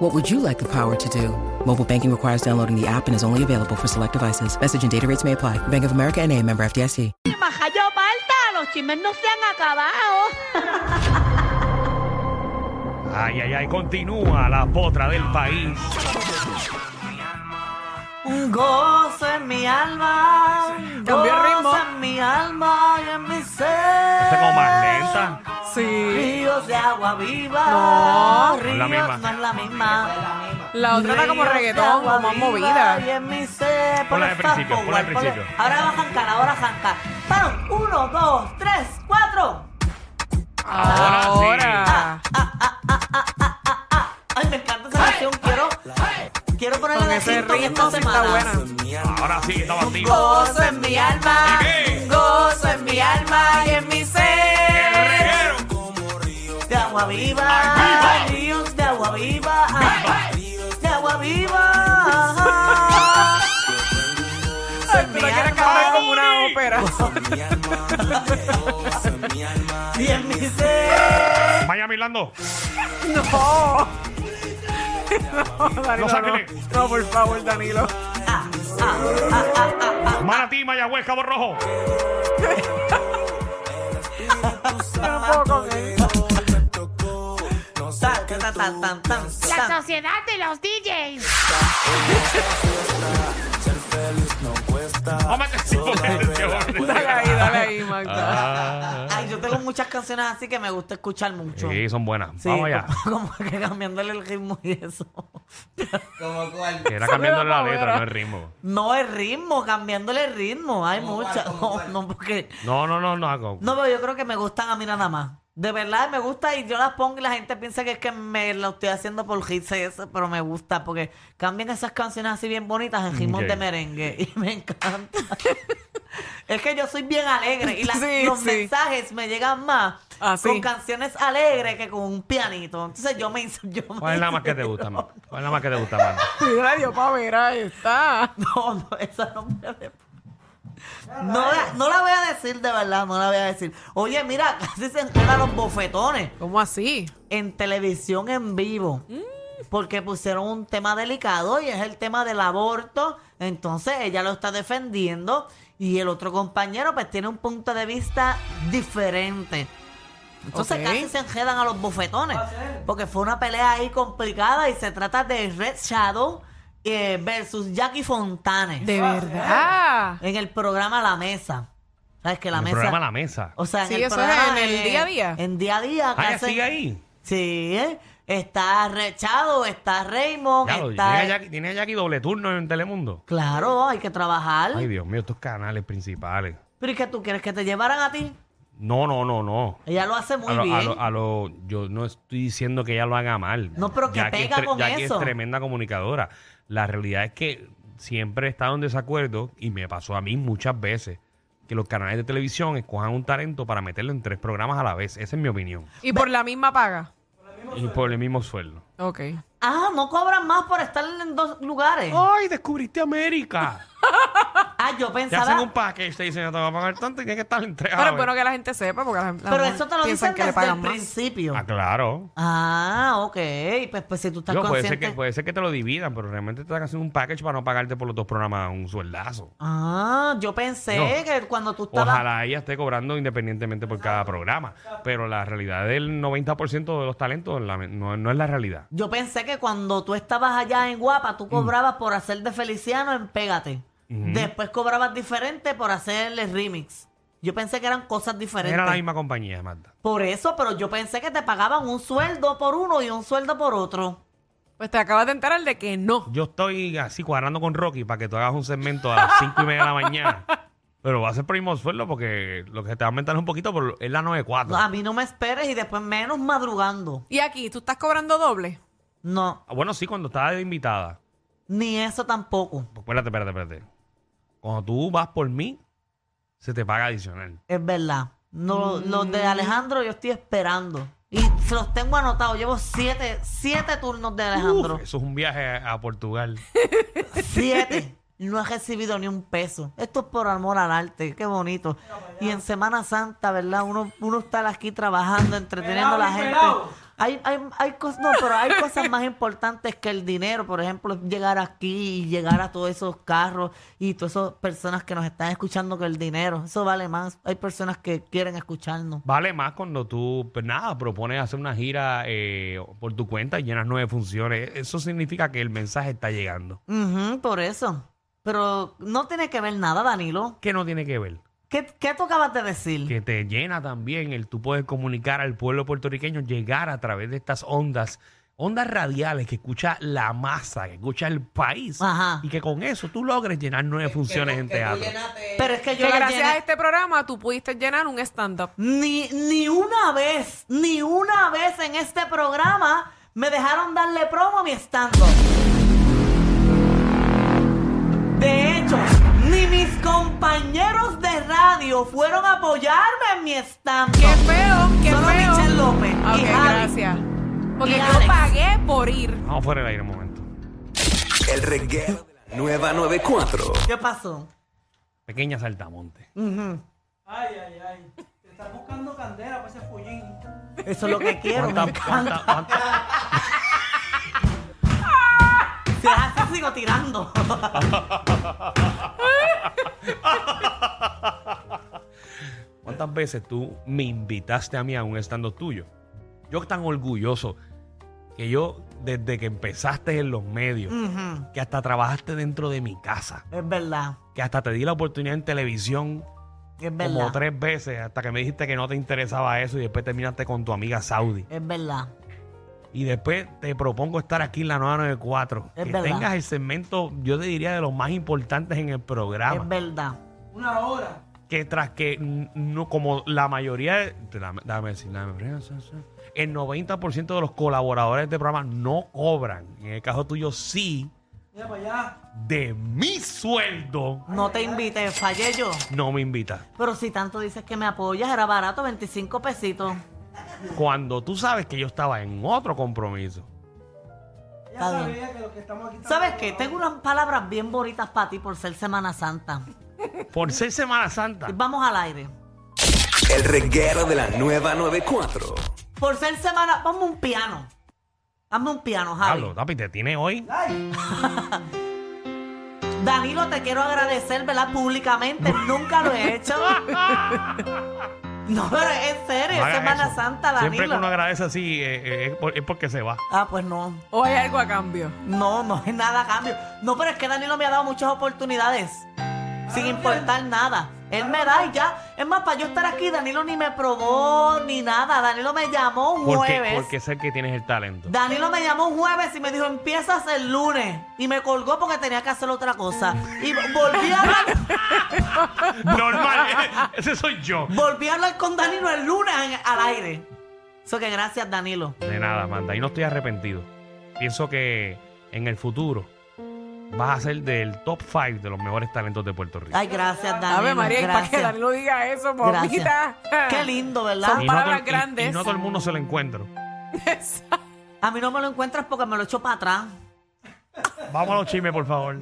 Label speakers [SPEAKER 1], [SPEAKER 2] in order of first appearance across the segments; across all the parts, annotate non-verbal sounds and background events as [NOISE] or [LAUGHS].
[SPEAKER 1] What would you like the power to do? Mobile banking requires downloading the app and is only available for select devices. Message and data rates may apply. Bank of America and a member FDIC.
[SPEAKER 2] Majayo Palta, los chismes no se han acabado.
[SPEAKER 3] Ay, ay, ay, continúa la potra del país.
[SPEAKER 2] Un gozo en mi alma. un
[SPEAKER 4] Cambió el ritmo.
[SPEAKER 2] gozo en mi alma y en mi ser.
[SPEAKER 3] Está como más lenta.
[SPEAKER 4] Sí.
[SPEAKER 2] Ríos de agua viva.
[SPEAKER 4] No,
[SPEAKER 3] no es la
[SPEAKER 2] ríos-
[SPEAKER 3] misma.
[SPEAKER 2] No es la misma.
[SPEAKER 4] La otra era como
[SPEAKER 2] Ríos de
[SPEAKER 4] reggaetón,
[SPEAKER 2] agua
[SPEAKER 4] como más
[SPEAKER 2] viva
[SPEAKER 4] movida.
[SPEAKER 2] Y en mi ser.
[SPEAKER 3] Ponla de
[SPEAKER 2] Ponle fast
[SPEAKER 3] principio, ponla de
[SPEAKER 2] forward, ponle-
[SPEAKER 3] principio.
[SPEAKER 2] Ahora va a jancar, ahora jancar. Para, uno, dos, tres, cuatro.
[SPEAKER 3] Ahora sí.
[SPEAKER 4] Ahora.
[SPEAKER 2] Ay, me encanta esa canción. Quiero, quiero ponerla
[SPEAKER 4] Con
[SPEAKER 2] de
[SPEAKER 4] ese
[SPEAKER 2] cinto
[SPEAKER 4] ritmo
[SPEAKER 2] esta
[SPEAKER 4] sí está
[SPEAKER 2] semana.
[SPEAKER 4] buena.
[SPEAKER 3] Ahora sí, estaba activo.
[SPEAKER 2] gozo en mi alma,
[SPEAKER 3] ¿Y qué?
[SPEAKER 2] gozo en mi alma y en mi
[SPEAKER 3] El
[SPEAKER 2] ser.
[SPEAKER 3] reguero.
[SPEAKER 2] De agua viva,
[SPEAKER 3] Ay,
[SPEAKER 2] ríos de agua viva, ay, ríos de agua viva.
[SPEAKER 4] Tú la quieres cantar como una ópera.
[SPEAKER 2] Y en mi ser.
[SPEAKER 3] Miami, Orlando.
[SPEAKER 4] No. No, Danilo,
[SPEAKER 3] saquen.
[SPEAKER 4] no. No, por favor, Danilo.
[SPEAKER 3] Manatí, Mayagüez, Cabo Rojo.
[SPEAKER 4] Yo no puedo con él.
[SPEAKER 2] Tan, tan, tan, tan, tan,
[SPEAKER 5] La
[SPEAKER 2] tan.
[SPEAKER 5] sociedad de los DJs.
[SPEAKER 3] Vamos a decir por qué este hombre.
[SPEAKER 4] Dale ahí, dale ahí, Magda.
[SPEAKER 3] Ah,
[SPEAKER 2] Ay, yo tengo muchas canciones así que me gusta escuchar mucho.
[SPEAKER 3] Sí, son buenas. Vamos
[SPEAKER 2] [LAUGHS]
[SPEAKER 3] allá.
[SPEAKER 2] Como que cambiándole el ritmo y eso. [LAUGHS]
[SPEAKER 3] Era cambiándole la
[SPEAKER 4] Mira,
[SPEAKER 3] letra,
[SPEAKER 4] mira.
[SPEAKER 3] no el ritmo.
[SPEAKER 2] No el ritmo, cambiándole el ritmo. Hay muchas. [LAUGHS] no, porque.
[SPEAKER 3] No, no, no, no. no.
[SPEAKER 2] No, pero yo creo que me gustan a mí nada más. De verdad me gusta y yo las pongo y la gente piensa que es que me lo estoy haciendo por hits y eso, pero me gusta porque cambian esas canciones así bien bonitas en ritmos
[SPEAKER 3] Ok.
[SPEAKER 2] de merengue [LAUGHS] y me encanta. [LAUGHS] es que yo soy bien alegre y las-
[SPEAKER 4] Sí,
[SPEAKER 2] los
[SPEAKER 4] sí.
[SPEAKER 2] mensajes me llegan más
[SPEAKER 4] Ah, sí.
[SPEAKER 2] con canciones alegres que con un pianito. Entonces yo me hice- yo me
[SPEAKER 3] ¿Cuál es la más que te gusta, man? ¿Cuál es la más que te gusta, man?
[SPEAKER 4] Mira, Dios, pa' ver, ahí está.
[SPEAKER 2] [LAUGHS] No, no, esa no me la- No la, no la voy a decir de verdad, no la voy a decir. Oye, mira, casi se enteran los bofetones.
[SPEAKER 4] ¿Cómo así?
[SPEAKER 2] en televisión en vivo.
[SPEAKER 4] Mm.
[SPEAKER 2] Porque pusieron un tema delicado y es el tema del aborto. Entonces ella lo está defendiendo y el otro compañero pues tiene un punto de vista diferente. Entonces
[SPEAKER 4] Ok. Ah,
[SPEAKER 2] casi se enredan a los bofetones. Porque fue una pelea ahí complicada y se trata de Red Shadow eh, versus Jackie Fontane.
[SPEAKER 4] De verdad.
[SPEAKER 2] En el programa La Mesa. ¿Sabes que La
[SPEAKER 3] El
[SPEAKER 2] Mesa?
[SPEAKER 3] programa La Mesa.
[SPEAKER 2] O sea, en
[SPEAKER 4] Sí,
[SPEAKER 2] el
[SPEAKER 4] eso es
[SPEAKER 2] programa,
[SPEAKER 4] en el
[SPEAKER 2] eh,
[SPEAKER 4] día a día.
[SPEAKER 2] En día a día. que
[SPEAKER 3] Ay,
[SPEAKER 2] hacen-
[SPEAKER 3] Ah, sigue ahí.
[SPEAKER 2] Sí, ¿eh? está Rechado, está Raymond,
[SPEAKER 3] Ya lo-
[SPEAKER 2] está...
[SPEAKER 3] tiene a Jackie- Tiene a Jackie doble turno en Telemundo.
[SPEAKER 2] Claro, hay que trabajar.
[SPEAKER 3] Ay, Dios mío, estos canales principales.
[SPEAKER 2] Pero ¿y qué tú quieres que te llevaran a ti?
[SPEAKER 3] No, no, no, no.
[SPEAKER 2] Ella lo hace muy
[SPEAKER 3] a lo,
[SPEAKER 2] bien.
[SPEAKER 3] a lo- a lo- yo no estoy diciendo que ella lo haga mal.
[SPEAKER 2] No, pero que
[SPEAKER 3] Jackie
[SPEAKER 2] pega
[SPEAKER 3] es tre-
[SPEAKER 2] con
[SPEAKER 3] Jackie
[SPEAKER 2] eso.
[SPEAKER 3] es tremenda comunicadora. La realidad es que siempre he estado en desacuerdo y me pasó a mí muchas veces que los canales de televisión escojan un talento para meterlo en tres programas a la vez. Esa es mi opinión.
[SPEAKER 4] Y por la misma paga.
[SPEAKER 3] Y por el mismo sueldo.
[SPEAKER 4] Ok.
[SPEAKER 2] Ah, no cobran más por estar en dos lugares.
[SPEAKER 4] Oh.
[SPEAKER 3] ¡Ay, descubriste
[SPEAKER 2] [LAUGHS]
[SPEAKER 3] América!
[SPEAKER 2] Ah, yo
[SPEAKER 3] Te hacen
[SPEAKER 2] pensaba...
[SPEAKER 3] un package, te dicen, no te va a pagar tanto y tienes que estar en tres a la
[SPEAKER 4] Pero es
[SPEAKER 3] vez".
[SPEAKER 4] bueno que la gente sepa porque la, la
[SPEAKER 2] Pero
[SPEAKER 4] mujer
[SPEAKER 2] eso te lo dicen
[SPEAKER 4] piensan que le
[SPEAKER 2] desde el
[SPEAKER 4] pagan más.
[SPEAKER 2] principio.
[SPEAKER 3] Ah, claro.
[SPEAKER 2] Ah, ok. Pues, pues si tú estás
[SPEAKER 3] Digo, puede,
[SPEAKER 2] consciente...
[SPEAKER 3] ser que, puede ser que te lo dividan, pero realmente te están haciendo un package para no pagarte por los dos programas un sueldazo.
[SPEAKER 2] Ah, yo pensé
[SPEAKER 3] No.
[SPEAKER 2] que cuando tú estabas...
[SPEAKER 3] Ojalá ella esté cobrando independientemente por cada programa. Pero la realidad del 90% de los talentos la- no, no es la realidad.
[SPEAKER 2] Yo pensé que cuando tú estabas allá en Guapa,
[SPEAKER 3] Mm.
[SPEAKER 2] tú cobrabas por hacer de Feliciano en Pégate. Después cobrabas diferente por hacerle remix. Yo pensé que eran cosas diferentes.
[SPEAKER 3] Era la misma compañía, Marta.
[SPEAKER 2] Por eso, pero yo pensé que te pagaban un sueldo por uno y un sueldo por otro.
[SPEAKER 4] Pues te acabas de enterar de que no.
[SPEAKER 3] Yo estoy así cuadrando con Rocky para que tú hagas un segmento a las
[SPEAKER 2] [LAUGHS]
[SPEAKER 3] 5 y media de la mañana. Pero va a ser por el mismo sueldo porque lo que te va a aumentar es un poquito, pero es la 9.4.
[SPEAKER 2] No, A mí no me esperes y después menos madrugando.
[SPEAKER 4] Y aquí, ¿tú estás cobrando doble?
[SPEAKER 2] No,
[SPEAKER 3] Ah, Bueno, sí, cuando estaba de invitada.
[SPEAKER 2] ni eso tampoco.
[SPEAKER 3] Pues, Espérate, espérate, espérate. Cuando tú vas por mí, se te paga adicional.
[SPEAKER 2] Es verdad. No,
[SPEAKER 3] Mm.
[SPEAKER 2] Los de Alejandro yo estoy esperando. Y se los tengo anotados. Llevo siete, siete turnos de Alejandro.
[SPEAKER 3] Uf, eso es un viaje a, a Portugal.
[SPEAKER 2] Siete. No he recibido ni un peso. Esto es por amor al arte. Qué bonito. Y en Semana Santa, ¿verdad? Uno, uno está aquí trabajando, entreteniendo a la gente. Hay, hay, hay cosas, no, pero hay cosas más importantes que el dinero. Por ejemplo, llegar aquí y llegar a todos esos carros y todas esas personas que nos están escuchando que el dinero. Eso vale más. Hay personas que quieren escucharnos.
[SPEAKER 3] Vale más cuando tú, pues nada, propones hacer una gira eh, por tu cuenta y llenas nueve funciones. Eso significa que el mensaje está llegando.
[SPEAKER 2] Ujú, por eso. Pero no tiene que ver nada, Danilo.
[SPEAKER 3] ¿Qué no tiene que ver?
[SPEAKER 2] ¿Qué, qué tú acabas de decir?
[SPEAKER 3] que te llena también el tú poder comunicar al pueblo puertorriqueño, llegar a través de estas ondas, ondas radiales que escucha la masa, que escucha el país,
[SPEAKER 2] Ajá.
[SPEAKER 3] y que con eso tú logres llenar nueve funciones en teatro.
[SPEAKER 2] Pero es que yo
[SPEAKER 4] que
[SPEAKER 2] la
[SPEAKER 4] gracias
[SPEAKER 2] llené-
[SPEAKER 4] a este programa tú pudiste llenar un stand-up.
[SPEAKER 2] Ni, ni una vez, ni una vez en este programa me dejaron darle promo a mi estando. De hecho, ni mis compañeros de radio fueron a apoyarme en mi estando.
[SPEAKER 4] ¡Qué feo! ¡Qué
[SPEAKER 2] Solo
[SPEAKER 4] feo!
[SPEAKER 2] Michelle López
[SPEAKER 4] Ah,
[SPEAKER 2] y
[SPEAKER 4] ok,
[SPEAKER 2] Javi.
[SPEAKER 4] gracias. Porque
[SPEAKER 2] Y
[SPEAKER 4] yo
[SPEAKER 2] Alex.
[SPEAKER 4] pagué por ir.
[SPEAKER 3] Vamos fuera del aire un momento.
[SPEAKER 5] El reguero de la nueva 94.
[SPEAKER 2] ¿Qué pasó?
[SPEAKER 3] Pequeña saltamonte.
[SPEAKER 2] Ujú.
[SPEAKER 6] Ay, ay, ay. Te estás buscando candela para ese fullín.
[SPEAKER 2] Eso es lo que quiero. me
[SPEAKER 3] ¿Cuánta-
[SPEAKER 2] encanta.
[SPEAKER 3] cuánta- cuánta-
[SPEAKER 2] Si es así, sigo tirando. [LAUGHS]
[SPEAKER 3] ¿Cuántas veces tú me invitaste a mí a un estando tuyo? Yo tan orgulloso que yo, desde que empezaste en los medios,
[SPEAKER 2] Ujú.
[SPEAKER 3] que hasta trabajaste dentro de mi casa,
[SPEAKER 2] Es verdad,
[SPEAKER 3] que hasta te di la oportunidad en televisión
[SPEAKER 2] es
[SPEAKER 3] como
[SPEAKER 2] verdad.
[SPEAKER 3] tres veces hasta que me dijiste que no te interesaba eso y después terminaste con tu amiga Saudi.
[SPEAKER 2] Es verdad.
[SPEAKER 3] Y después te propongo estar aquí en la 994.
[SPEAKER 2] Es
[SPEAKER 3] que
[SPEAKER 2] verdad.
[SPEAKER 3] tengas el segmento, yo te diría, de los más importantes en el
[SPEAKER 2] Es
[SPEAKER 3] programa.
[SPEAKER 2] verdad.
[SPEAKER 6] Una hora.
[SPEAKER 3] Que tras que, mm, no, como la mayoría, de- dame, dame decir, dame- el 90% de los colaboradores de programa no cobran. En el caso tuyo, sí,
[SPEAKER 6] Mira para allá.
[SPEAKER 3] de mi sueldo,
[SPEAKER 2] No te invité, fallé yo.
[SPEAKER 3] no me invitas.
[SPEAKER 2] Pero si tanto dices que me apoyas, era barato, 25 pesitos.
[SPEAKER 3] Cuando tú sabes que yo estaba en otro compromiso.
[SPEAKER 6] Ya
[SPEAKER 2] Está
[SPEAKER 6] sabía
[SPEAKER 2] bien.
[SPEAKER 6] que los que estamos aquí. estamos
[SPEAKER 2] ¿Sabes qué?
[SPEAKER 6] colaborados.
[SPEAKER 2] Tengo unas palabras bien bonitas para ti por ser Semana Santa.
[SPEAKER 3] Por ser Semana Santa.
[SPEAKER 2] Vamos al aire.
[SPEAKER 5] El reguero de la nueva 94.
[SPEAKER 2] Por ser Semana... Ponme un piano. Hazme un piano, Javi.
[SPEAKER 3] Pablo, papi, te tiene hoy.
[SPEAKER 6] Ay,
[SPEAKER 2] Danilo, te quiero agradecer, ¿verdad? Públicamente. Nunca lo he
[SPEAKER 3] [LAUGHS]
[SPEAKER 2] hecho. no, pero es serio.
[SPEAKER 3] No
[SPEAKER 2] es
[SPEAKER 3] hagas
[SPEAKER 2] Semana
[SPEAKER 3] eso.
[SPEAKER 2] Santa,
[SPEAKER 3] Siempre que uno
[SPEAKER 2] Danilo.
[SPEAKER 3] agradece así, eh, eh, es, por- es porque se va.
[SPEAKER 2] Ah, pues no.
[SPEAKER 4] O hay algo a cambio.
[SPEAKER 2] No, no es nada a cambio. No, pero es que Danilo me ha dado muchas oportunidades.
[SPEAKER 4] Ah,
[SPEAKER 2] Sin importar nada. Él me da y ya. Es más, para yo estar aquí, Danilo ni me probó ni nada. Danilo me llamó un
[SPEAKER 3] Porque,
[SPEAKER 2] jueves.
[SPEAKER 3] porque sé que tienes el talento.
[SPEAKER 2] Danilo me llamó un jueves y me dijo, empiezas el lunes. Y me colgó porque tenía que hacer otra cosa. Y volví a hablar,
[SPEAKER 3] Normal, [LAUGHS] ese soy yo.
[SPEAKER 2] volví a hablar con Danilo el lunes en- al aire. Eso que gracias, Danilo.
[SPEAKER 3] De nada, manda. Y no estoy arrepentido. Pienso que en el futuro vas a ser del top 5 de los mejores talentos de Puerto Rico.
[SPEAKER 2] Ay, gracias, Danilo.
[SPEAKER 4] Ave María, y para que
[SPEAKER 2] gracias.
[SPEAKER 4] Danilo diga eso,
[SPEAKER 2] Gracias.
[SPEAKER 4] mamita.
[SPEAKER 2] Qué
[SPEAKER 4] [LAUGHS]
[SPEAKER 2] lindo, ¿verdad?
[SPEAKER 3] Y no,
[SPEAKER 4] palabras
[SPEAKER 3] todo- y-
[SPEAKER 4] grandes.
[SPEAKER 3] y no todo el mundo se lo encuentra.
[SPEAKER 2] A mí no me lo encuentras porque me lo echo para atrás.
[SPEAKER 3] Vamos a los chismes, por favor.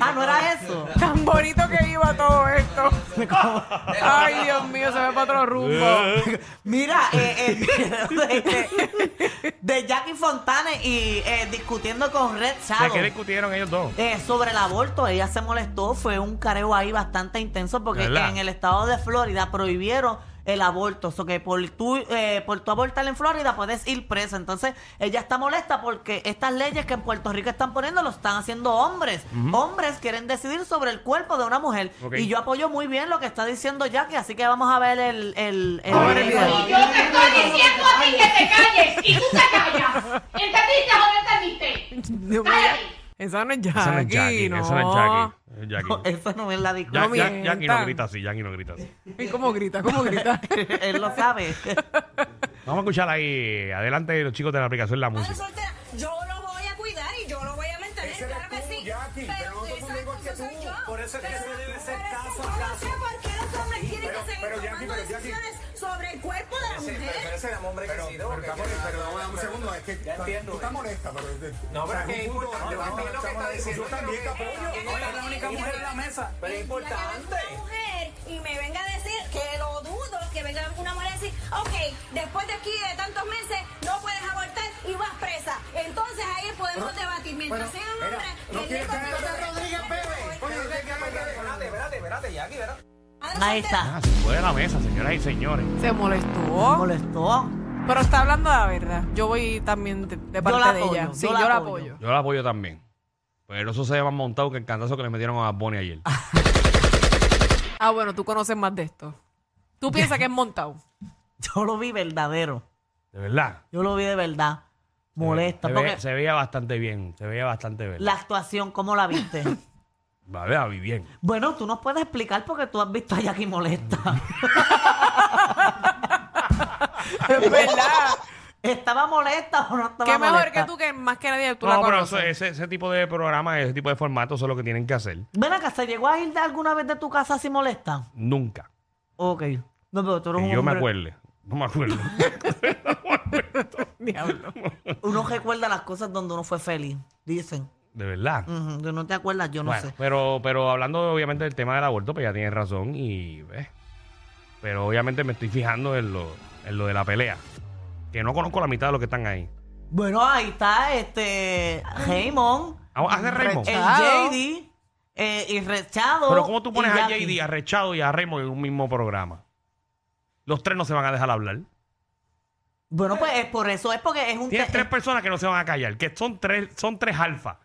[SPEAKER 2] Ah, ¿no era eso?
[SPEAKER 4] Tan bonito que iba todo
[SPEAKER 3] [LAUGHS]
[SPEAKER 4] esto. Ay, Dios mío, se ve para otro rumbo.
[SPEAKER 2] Mira, eh, eh, [LAUGHS] de, de Jackie Fontane y eh, discutiendo con Red
[SPEAKER 3] ¿De qué
[SPEAKER 2] Shadow
[SPEAKER 3] discutieron ellos dos?
[SPEAKER 2] eh, sobre el aborto, ella se molestó, fue un careo ahí bastante intenso porque
[SPEAKER 3] ¿Verdad?
[SPEAKER 2] en el estado de Florida prohibieron el aborto, o sea que por tu, eh, por tu abortar en Florida puedes ir presa. Entonces ella está molesta porque estas leyes que en Puerto Rico están poniendo lo están haciendo hombres. Hombres quieren decidir sobre el cuerpo de una mujer.
[SPEAKER 3] Ok.
[SPEAKER 2] Y yo apoyo muy bien lo que está diciendo Jackie, así que vamos a ver el... el, el video.
[SPEAKER 7] Yo te estoy diciendo a ti que te calles y tú te callas. ¿Entendiste o no entendiste?
[SPEAKER 4] Dios mío.
[SPEAKER 7] Cállate.
[SPEAKER 4] Esa no es Jackie.
[SPEAKER 3] Esa no es Jackie,
[SPEAKER 4] no. eh,
[SPEAKER 3] esa no es Jackie. Es Jackie.
[SPEAKER 2] No, esa no es la discusión.
[SPEAKER 3] Ya-
[SPEAKER 4] no
[SPEAKER 3] ya- Jackie no
[SPEAKER 4] mientan.
[SPEAKER 3] grita así, Jackie no grita así.
[SPEAKER 4] Y cómo grita, cómo grita. [LAUGHS]
[SPEAKER 2] [LAUGHS] Él lo sabe.
[SPEAKER 3] Vamos a escuchar ahí, adelante los chicos de la aplicación la
[SPEAKER 8] Madre
[SPEAKER 3] música.
[SPEAKER 8] soltera, yo lo voy a cuidar y yo lo voy a mantener. claro que sí. pero esa cosa soy yo. Pero esa cosa soy yo. No sé por qué la
[SPEAKER 9] Jackie,
[SPEAKER 8] tomando
[SPEAKER 9] pero Jackie.
[SPEAKER 8] decisiones sobre el cuerpo de las
[SPEAKER 9] Sí, pero, pero
[SPEAKER 8] mujeres.
[SPEAKER 9] ese era un hombre
[SPEAKER 10] Pero,
[SPEAKER 9] crecido.
[SPEAKER 10] pero
[SPEAKER 9] que-
[SPEAKER 10] está
[SPEAKER 9] que-
[SPEAKER 10] molesta, pero
[SPEAKER 9] ya-
[SPEAKER 10] dame un segundo, es que
[SPEAKER 9] Ya entiendo.
[SPEAKER 10] tú estás molesta, pero...
[SPEAKER 9] No,
[SPEAKER 10] o
[SPEAKER 9] pero
[SPEAKER 10] sea,
[SPEAKER 9] es que es
[SPEAKER 10] un punto
[SPEAKER 9] importante.
[SPEAKER 10] donde
[SPEAKER 9] Yo
[SPEAKER 10] vamos a
[SPEAKER 9] también lo que
[SPEAKER 10] echar
[SPEAKER 9] está
[SPEAKER 10] más discusión
[SPEAKER 9] diciendo.
[SPEAKER 10] también,
[SPEAKER 9] pero-
[SPEAKER 10] cabrón.
[SPEAKER 9] Ella no es la única mujer en la mesa. Pero es
[SPEAKER 8] El día que venga
[SPEAKER 9] importante.
[SPEAKER 8] una mujer y me venga a decir que lo dudo, que venga una mujer a decir, ok, después de aquí de tantos meses no puedes abortar y vas presa. Entonces ahí podemos debatir. Mientras
[SPEAKER 10] pero,
[SPEAKER 8] sean
[SPEAKER 10] mira,
[SPEAKER 8] hombres,
[SPEAKER 10] no
[SPEAKER 8] que
[SPEAKER 10] quieres
[SPEAKER 8] digan
[SPEAKER 10] tener
[SPEAKER 8] que
[SPEAKER 10] a
[SPEAKER 8] no
[SPEAKER 10] Rodríguez
[SPEAKER 8] pueden
[SPEAKER 10] Pérez.
[SPEAKER 8] abortar.
[SPEAKER 10] Oye,
[SPEAKER 9] Espérate, espérate, espérate, espérate, Jackie, espérate.
[SPEAKER 2] Ahí está.
[SPEAKER 3] Ah, se fue de la mesa, señoras y señores.
[SPEAKER 4] Se
[SPEAKER 2] Me
[SPEAKER 4] molestó.
[SPEAKER 2] molestó.
[SPEAKER 4] Pero está hablando la verdad. Yo voy también de, de parte
[SPEAKER 2] la
[SPEAKER 4] de
[SPEAKER 2] apoyo,
[SPEAKER 4] ella.
[SPEAKER 2] yo
[SPEAKER 4] Sí,
[SPEAKER 2] la
[SPEAKER 4] yo la
[SPEAKER 2] apoyo.
[SPEAKER 4] apoyo.
[SPEAKER 3] Yo la apoyo también. Pero eso se ve más montado que el cantazo que le metieron a Bad Bunny ayer.
[SPEAKER 4] Ah, bueno, tú conoces más de esto. Tú piensas que
[SPEAKER 3] [LAUGHS]
[SPEAKER 4] es montado.
[SPEAKER 2] Yo lo vi verdadero.
[SPEAKER 3] De verdad.
[SPEAKER 2] Yo lo vi de verdad. Molesta.
[SPEAKER 3] Se, ve-
[SPEAKER 2] porque
[SPEAKER 3] se veía bastante bien. Se veía bastante bien.
[SPEAKER 2] la actuación, ¿cómo
[SPEAKER 3] [LAUGHS]
[SPEAKER 2] la viste?
[SPEAKER 3] Vale, la vi bien.
[SPEAKER 2] bueno, tú nos puedes explicar porque tú has visto a
[SPEAKER 3] [LAUGHS]
[SPEAKER 2] Jackie molesta.
[SPEAKER 4] Es verdad.
[SPEAKER 2] ¿Estaba molesta o no estaba
[SPEAKER 4] Qué mejor
[SPEAKER 2] molesta?
[SPEAKER 4] que tú, que más que nadie tú la
[SPEAKER 3] no, pero
[SPEAKER 4] conoces.
[SPEAKER 3] eso- ese, ese tipo de programas, ese tipo de formatos son lo que tienen que hacer.
[SPEAKER 2] Ven acá, ¿se llegó a ir de alguna vez de tu casa así molesta?
[SPEAKER 3] Nunca.
[SPEAKER 2] Ok. No, pero tú eres
[SPEAKER 3] Que
[SPEAKER 2] un
[SPEAKER 3] yo me
[SPEAKER 2] hombre-
[SPEAKER 3] acuerde. No me
[SPEAKER 2] [LAUGHS]
[SPEAKER 3] acuerdo.
[SPEAKER 4] Diablo.
[SPEAKER 2] Uno recuerda las cosas donde uno fue feliz, dicen.
[SPEAKER 3] De verdad.
[SPEAKER 2] Ujú, Yo no te acuerdas, yo no
[SPEAKER 3] Bueno,
[SPEAKER 2] sé.
[SPEAKER 3] pero, pero hablando obviamente del tema del aborto, pues ya tienes razón y ves. Pero obviamente me estoy fijando en lo, en lo de la pelea. Que no conozco la mitad de los que están ahí.
[SPEAKER 2] Bueno, ahí está este Raymond,
[SPEAKER 3] Ah, Hace Raymond.
[SPEAKER 2] el
[SPEAKER 4] Rechado.
[SPEAKER 2] JD eh, y Rechado.
[SPEAKER 3] Pero ¿cómo tú pones
[SPEAKER 2] y
[SPEAKER 3] a
[SPEAKER 2] Jackie.
[SPEAKER 3] JD, a Rechado y a Raymond en un mismo programa? Los tres no se van a dejar hablar.
[SPEAKER 2] Bueno, pues es por eso, es porque es un
[SPEAKER 3] Tienes
[SPEAKER 2] te- eh.
[SPEAKER 3] tres personas que no se van a callar, que son tres, son tres alfas.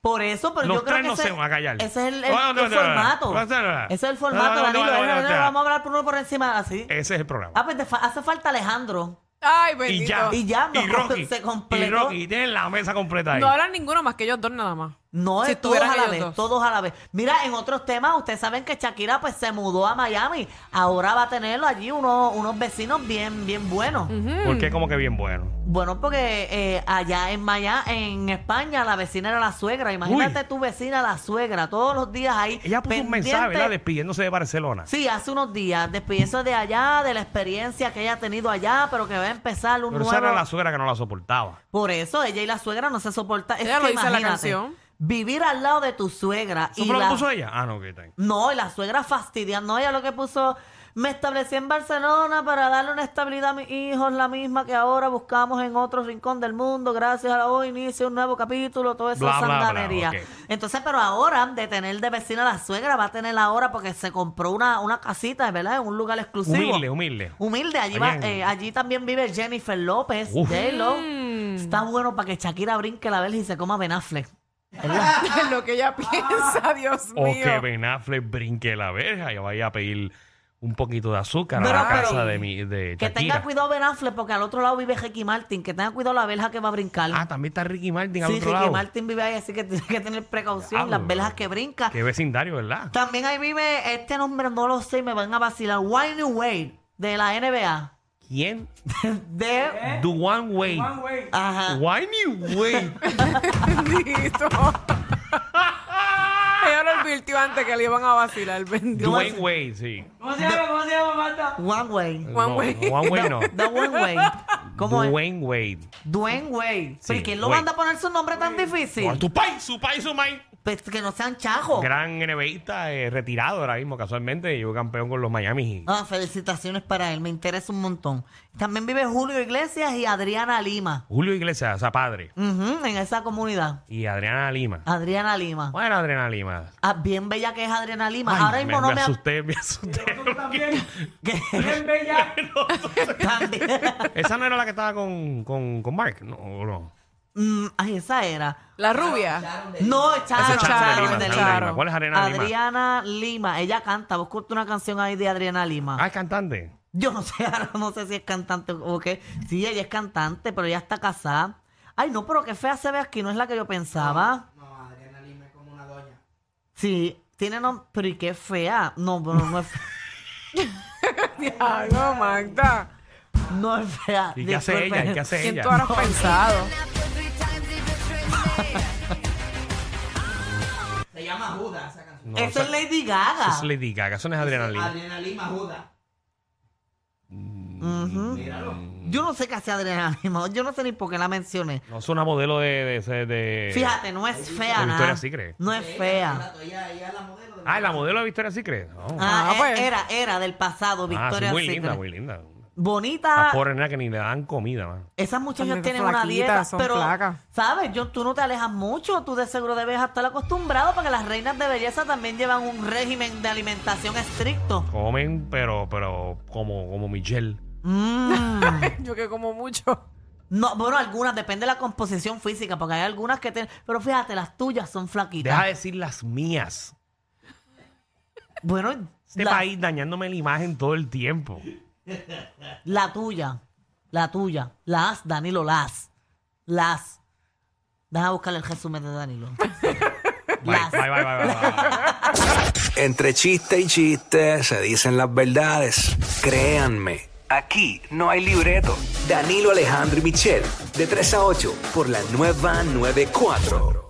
[SPEAKER 2] Por eso, pero
[SPEAKER 3] Los
[SPEAKER 2] Pues yo creo
[SPEAKER 3] tres
[SPEAKER 2] que
[SPEAKER 3] no
[SPEAKER 2] ese,
[SPEAKER 3] se van a callar.
[SPEAKER 2] Ese es el, el-
[SPEAKER 3] No, no,
[SPEAKER 2] el
[SPEAKER 3] no, no,
[SPEAKER 2] formato.
[SPEAKER 3] no, no, no.
[SPEAKER 2] Ese es el formato,
[SPEAKER 3] No, no, no,
[SPEAKER 2] Danilo.
[SPEAKER 3] no, no,
[SPEAKER 2] Ese-
[SPEAKER 3] no,
[SPEAKER 2] ese-
[SPEAKER 3] no. Eh.
[SPEAKER 2] Vamos a hablar por uno por encima, así.
[SPEAKER 3] Ese es el programa.
[SPEAKER 2] Ah, pues te fa- hace falta Alejandro.
[SPEAKER 4] Ay,
[SPEAKER 3] y
[SPEAKER 4] bendito.
[SPEAKER 3] ya.
[SPEAKER 2] Y ya,
[SPEAKER 3] Y
[SPEAKER 2] no,
[SPEAKER 3] Rocky.
[SPEAKER 2] se
[SPEAKER 3] y
[SPEAKER 2] completó.
[SPEAKER 3] Rocky. Y tienen la mesa completa ahí.
[SPEAKER 4] No hablan ninguno más que ellos dos nada más.
[SPEAKER 2] No,
[SPEAKER 4] Si
[SPEAKER 2] es todos
[SPEAKER 4] estuvieran
[SPEAKER 2] a la
[SPEAKER 4] ellos
[SPEAKER 2] vez,
[SPEAKER 4] dos.
[SPEAKER 2] todos a la vez. Mira, en otros temas, ustedes saben que Shakira pues se mudó a Miami. Ahora va a tener allí unos, unos vecinos bien, bien buenos.
[SPEAKER 3] Porque es como que bien bueno.
[SPEAKER 2] Bueno, porque eh, allá en Miami, en España, la vecina era la suegra. Imagínate
[SPEAKER 3] Uy.
[SPEAKER 2] tu vecina, la suegra, todos los días ahí.
[SPEAKER 3] Ella puso un
[SPEAKER 2] pendiente.
[SPEAKER 3] mensaje, ¿verdad? Despidiéndose de Barcelona.
[SPEAKER 2] Sí, hace unos días, despidiendo de allá, de la experiencia que ella ha tenido allá, pero que va a empezar un
[SPEAKER 3] Pero esa
[SPEAKER 2] nuevo...
[SPEAKER 3] era la suegra que no la soportaba.
[SPEAKER 2] Por eso ella y la suegra no se soportan. Es
[SPEAKER 4] Ella lo
[SPEAKER 2] que
[SPEAKER 4] dice en la
[SPEAKER 2] imagínate,
[SPEAKER 4] canción.
[SPEAKER 2] Vivir al lado de tu suegra
[SPEAKER 3] ¿Eso
[SPEAKER 2] y
[SPEAKER 3] fue lo que
[SPEAKER 2] la-
[SPEAKER 3] puso ella? Ah, no, que está ahí.
[SPEAKER 2] No, y la suegra fastidiando. Ella lo que puso, me establecí en Barcelona para darle una estabilidad a mis hijos, la misma que ahora buscamos en otro rincón del mundo. Gracias a hoy inicio un nuevo capítulo, toda esa
[SPEAKER 3] Bla, bla, bla,
[SPEAKER 2] sanganería.
[SPEAKER 3] ok.
[SPEAKER 2] Entonces, pero ahora, de tener de vecina a la suegra, va a tener ahora porque se compró una, una casita, ¿verdad? En un lugar exclusivo.
[SPEAKER 3] Humilde, humilde.
[SPEAKER 2] Humilde, allí,
[SPEAKER 3] Allá
[SPEAKER 2] va,
[SPEAKER 3] en-
[SPEAKER 2] eh, allí también vive Jennifer López,
[SPEAKER 3] Uf.
[SPEAKER 2] J-Lo.
[SPEAKER 4] Mm.
[SPEAKER 2] Está bueno para que Shakira brinque la vela y se coma Ben Affleck. ¿verdad?
[SPEAKER 4] [LAUGHS] lo que ella piensa, Dios
[SPEAKER 3] O
[SPEAKER 4] mío.
[SPEAKER 3] que Ben Affleck brinque la verja y vaya a pedir un poquito de azúcar
[SPEAKER 2] Pero,
[SPEAKER 3] a la
[SPEAKER 2] pero,
[SPEAKER 3] casa de, mi, de
[SPEAKER 2] Que tenga
[SPEAKER 3] Shakira.
[SPEAKER 2] cuidado Ben Affleck porque al otro lado vive Ricky Martin. Que tenga cuidado la verja que va a brincar.
[SPEAKER 3] Ah, también está Ricky Martin al
[SPEAKER 2] sí,
[SPEAKER 3] otro
[SPEAKER 2] Ricky
[SPEAKER 3] lado.
[SPEAKER 2] Martin vive ahí, así que tiene que tener precaución.
[SPEAKER 3] Diablo,
[SPEAKER 2] las verjas que brinca.
[SPEAKER 3] Qué vecindario, ¿verdad?
[SPEAKER 2] También ahí vive, este nombre no lo sé, me van a vacilar. Wayne Wade de la NBA.
[SPEAKER 3] ¿Quién?
[SPEAKER 2] [LAUGHS] De...
[SPEAKER 3] Duane Wade.
[SPEAKER 6] Juan, güey.
[SPEAKER 2] Ajá.
[SPEAKER 3] Winey
[SPEAKER 2] [LAUGHS]
[SPEAKER 3] Wade.
[SPEAKER 4] Bendito. ella lo advirtió antes que le iban a vacilar. Bendito.
[SPEAKER 3] Dwayne Wade, sí.
[SPEAKER 6] ¿Cómo se llama? ¿Cómo se llama, Marta?
[SPEAKER 2] One Way.
[SPEAKER 4] Juan
[SPEAKER 3] no,
[SPEAKER 4] Wade.
[SPEAKER 3] Juan
[SPEAKER 2] [LAUGHS]
[SPEAKER 3] Wade no.
[SPEAKER 2] De Wayne Wade. ¿Cómo es?
[SPEAKER 3] Dwayne Wade.
[SPEAKER 2] Dwayne Wade.
[SPEAKER 3] Sí,
[SPEAKER 2] ¿Pero quién lo
[SPEAKER 3] Wade.
[SPEAKER 2] manda a poner su nombre tan
[SPEAKER 3] Por
[SPEAKER 2] difícil?
[SPEAKER 3] tu país, su país, su país.
[SPEAKER 2] Pues que no sean chajos.
[SPEAKER 3] Gran NBAista eh, retirado ahora mismo, casualmente. Yo campeón con los Miami.
[SPEAKER 2] Ah, felicitaciones para él, me interesa un montón. También vive Julio Iglesias y Adriana Lima.
[SPEAKER 3] Julio Iglesias, o sea, padre.
[SPEAKER 2] Ujú, en esa comunidad.
[SPEAKER 3] Y Adriana Lima.
[SPEAKER 2] Adriana Lima.
[SPEAKER 3] ¿Cuál era Adriana Lima?
[SPEAKER 2] Ah, bien bella que es Adriana Lima.
[SPEAKER 3] Ay,
[SPEAKER 2] Ah. Ahora
[SPEAKER 3] me,
[SPEAKER 2] mismo no
[SPEAKER 3] me
[SPEAKER 2] me.
[SPEAKER 3] asusté, me asusté.
[SPEAKER 2] [LAUGHS]
[SPEAKER 6] Tú también.
[SPEAKER 2] que-
[SPEAKER 6] Bien bella.
[SPEAKER 2] [LAUGHS] también-
[SPEAKER 3] Esa no era la que estaba con, con, con Mark, no, o no.
[SPEAKER 2] Mm, ay, esa era.
[SPEAKER 4] La rubia.
[SPEAKER 2] No,
[SPEAKER 3] Esa
[SPEAKER 2] Charo,
[SPEAKER 3] es
[SPEAKER 4] Charo
[SPEAKER 3] Adriana
[SPEAKER 2] Charo,
[SPEAKER 3] Lima,
[SPEAKER 2] de
[SPEAKER 3] Adriana
[SPEAKER 2] Lima.
[SPEAKER 4] Charo.
[SPEAKER 3] Lima. ¿Cuál es Adriana Lima?
[SPEAKER 2] Adriana Lima. Ella canta. Vos corta una canción ahí de Adriana Lima.
[SPEAKER 3] Ah, es cantante.
[SPEAKER 2] Yo no sé, [LAUGHS] ahora no sé si es cantante o qué. Sí, ella es cantante, pero ella está casada. Ay, no, pero qué fea se ve aquí, no es la que yo pensaba. No, Adriana Lima es como una doña. Sí, tiene nombre, pero y qué fea. No, pero no es, [LAUGHS]
[SPEAKER 4] Diablo, Magda.
[SPEAKER 2] no es fea.
[SPEAKER 3] ¿Y qué hace
[SPEAKER 2] Disculpen.
[SPEAKER 3] ella? ¿Y qué hace
[SPEAKER 4] ¿Quién
[SPEAKER 3] ella?
[SPEAKER 4] tú habrás pensado?
[SPEAKER 6] Se llama Judas esa canción.
[SPEAKER 3] No,
[SPEAKER 2] Eso
[SPEAKER 3] esa-
[SPEAKER 2] es Lady
[SPEAKER 3] esa
[SPEAKER 2] Gaga.
[SPEAKER 3] es Lady Gaga, eso no es Adriana Lima.
[SPEAKER 6] Adrenalina Judas.
[SPEAKER 2] Yo no sé qué hace Adriana Lima. Yo no sé ni por qué la mencioné.
[SPEAKER 3] No es una modelo de... de, de- de-
[SPEAKER 2] Fíjate, no es fea,
[SPEAKER 3] Victoria's
[SPEAKER 2] nada.
[SPEAKER 3] Eh, Secret.
[SPEAKER 2] No es fea.
[SPEAKER 3] Ah, la modelo de Victoria Secret. No. Ah,
[SPEAKER 2] Ah,
[SPEAKER 4] Ah,
[SPEAKER 2] e-
[SPEAKER 4] pues.
[SPEAKER 2] Era, era del pasado,
[SPEAKER 3] sí,
[SPEAKER 2] Victoria
[SPEAKER 3] muy
[SPEAKER 2] Secret. Ah.
[SPEAKER 3] linda, muy linda.
[SPEAKER 2] Bonita.
[SPEAKER 3] La pobre nena que ni le dan comida, man.
[SPEAKER 2] Esas muchachas
[SPEAKER 4] Son
[SPEAKER 2] tienen una
[SPEAKER 4] flaquitas,
[SPEAKER 2] dieta,
[SPEAKER 4] son
[SPEAKER 2] pero
[SPEAKER 4] flacas.
[SPEAKER 2] sabes, yo tú no te alejas mucho, tú de seguro debes estar acostumbrado porque las reinas de belleza también llevan un régimen de alimentación estricto.
[SPEAKER 3] Comen, pero, pero como, como Michelle.
[SPEAKER 4] [LAUGHS]
[SPEAKER 2] Mm.
[SPEAKER 4] Yo que como mucho.
[SPEAKER 2] No, bueno, algunas depende de la composición física, porque hay algunas que tienen, pero fíjate, las tuyas son flaquitas.
[SPEAKER 3] Deja de decir las mías.
[SPEAKER 2] Bueno,
[SPEAKER 3] Este
[SPEAKER 2] la,
[SPEAKER 3] país dañándome la imagen todo el tiempo.
[SPEAKER 2] la tuya, la tuya, las Danilo, las, las. Deja buscar el resumen de Danilo.
[SPEAKER 3] Bye,
[SPEAKER 2] las.
[SPEAKER 3] bye, bye, bye, bye, bye.
[SPEAKER 5] Entre chiste y chiste se dicen las verdades. Créanme, aquí no hay libreto. Danilo Alejandro y Michel, de 3 a 8, por la nueva 94.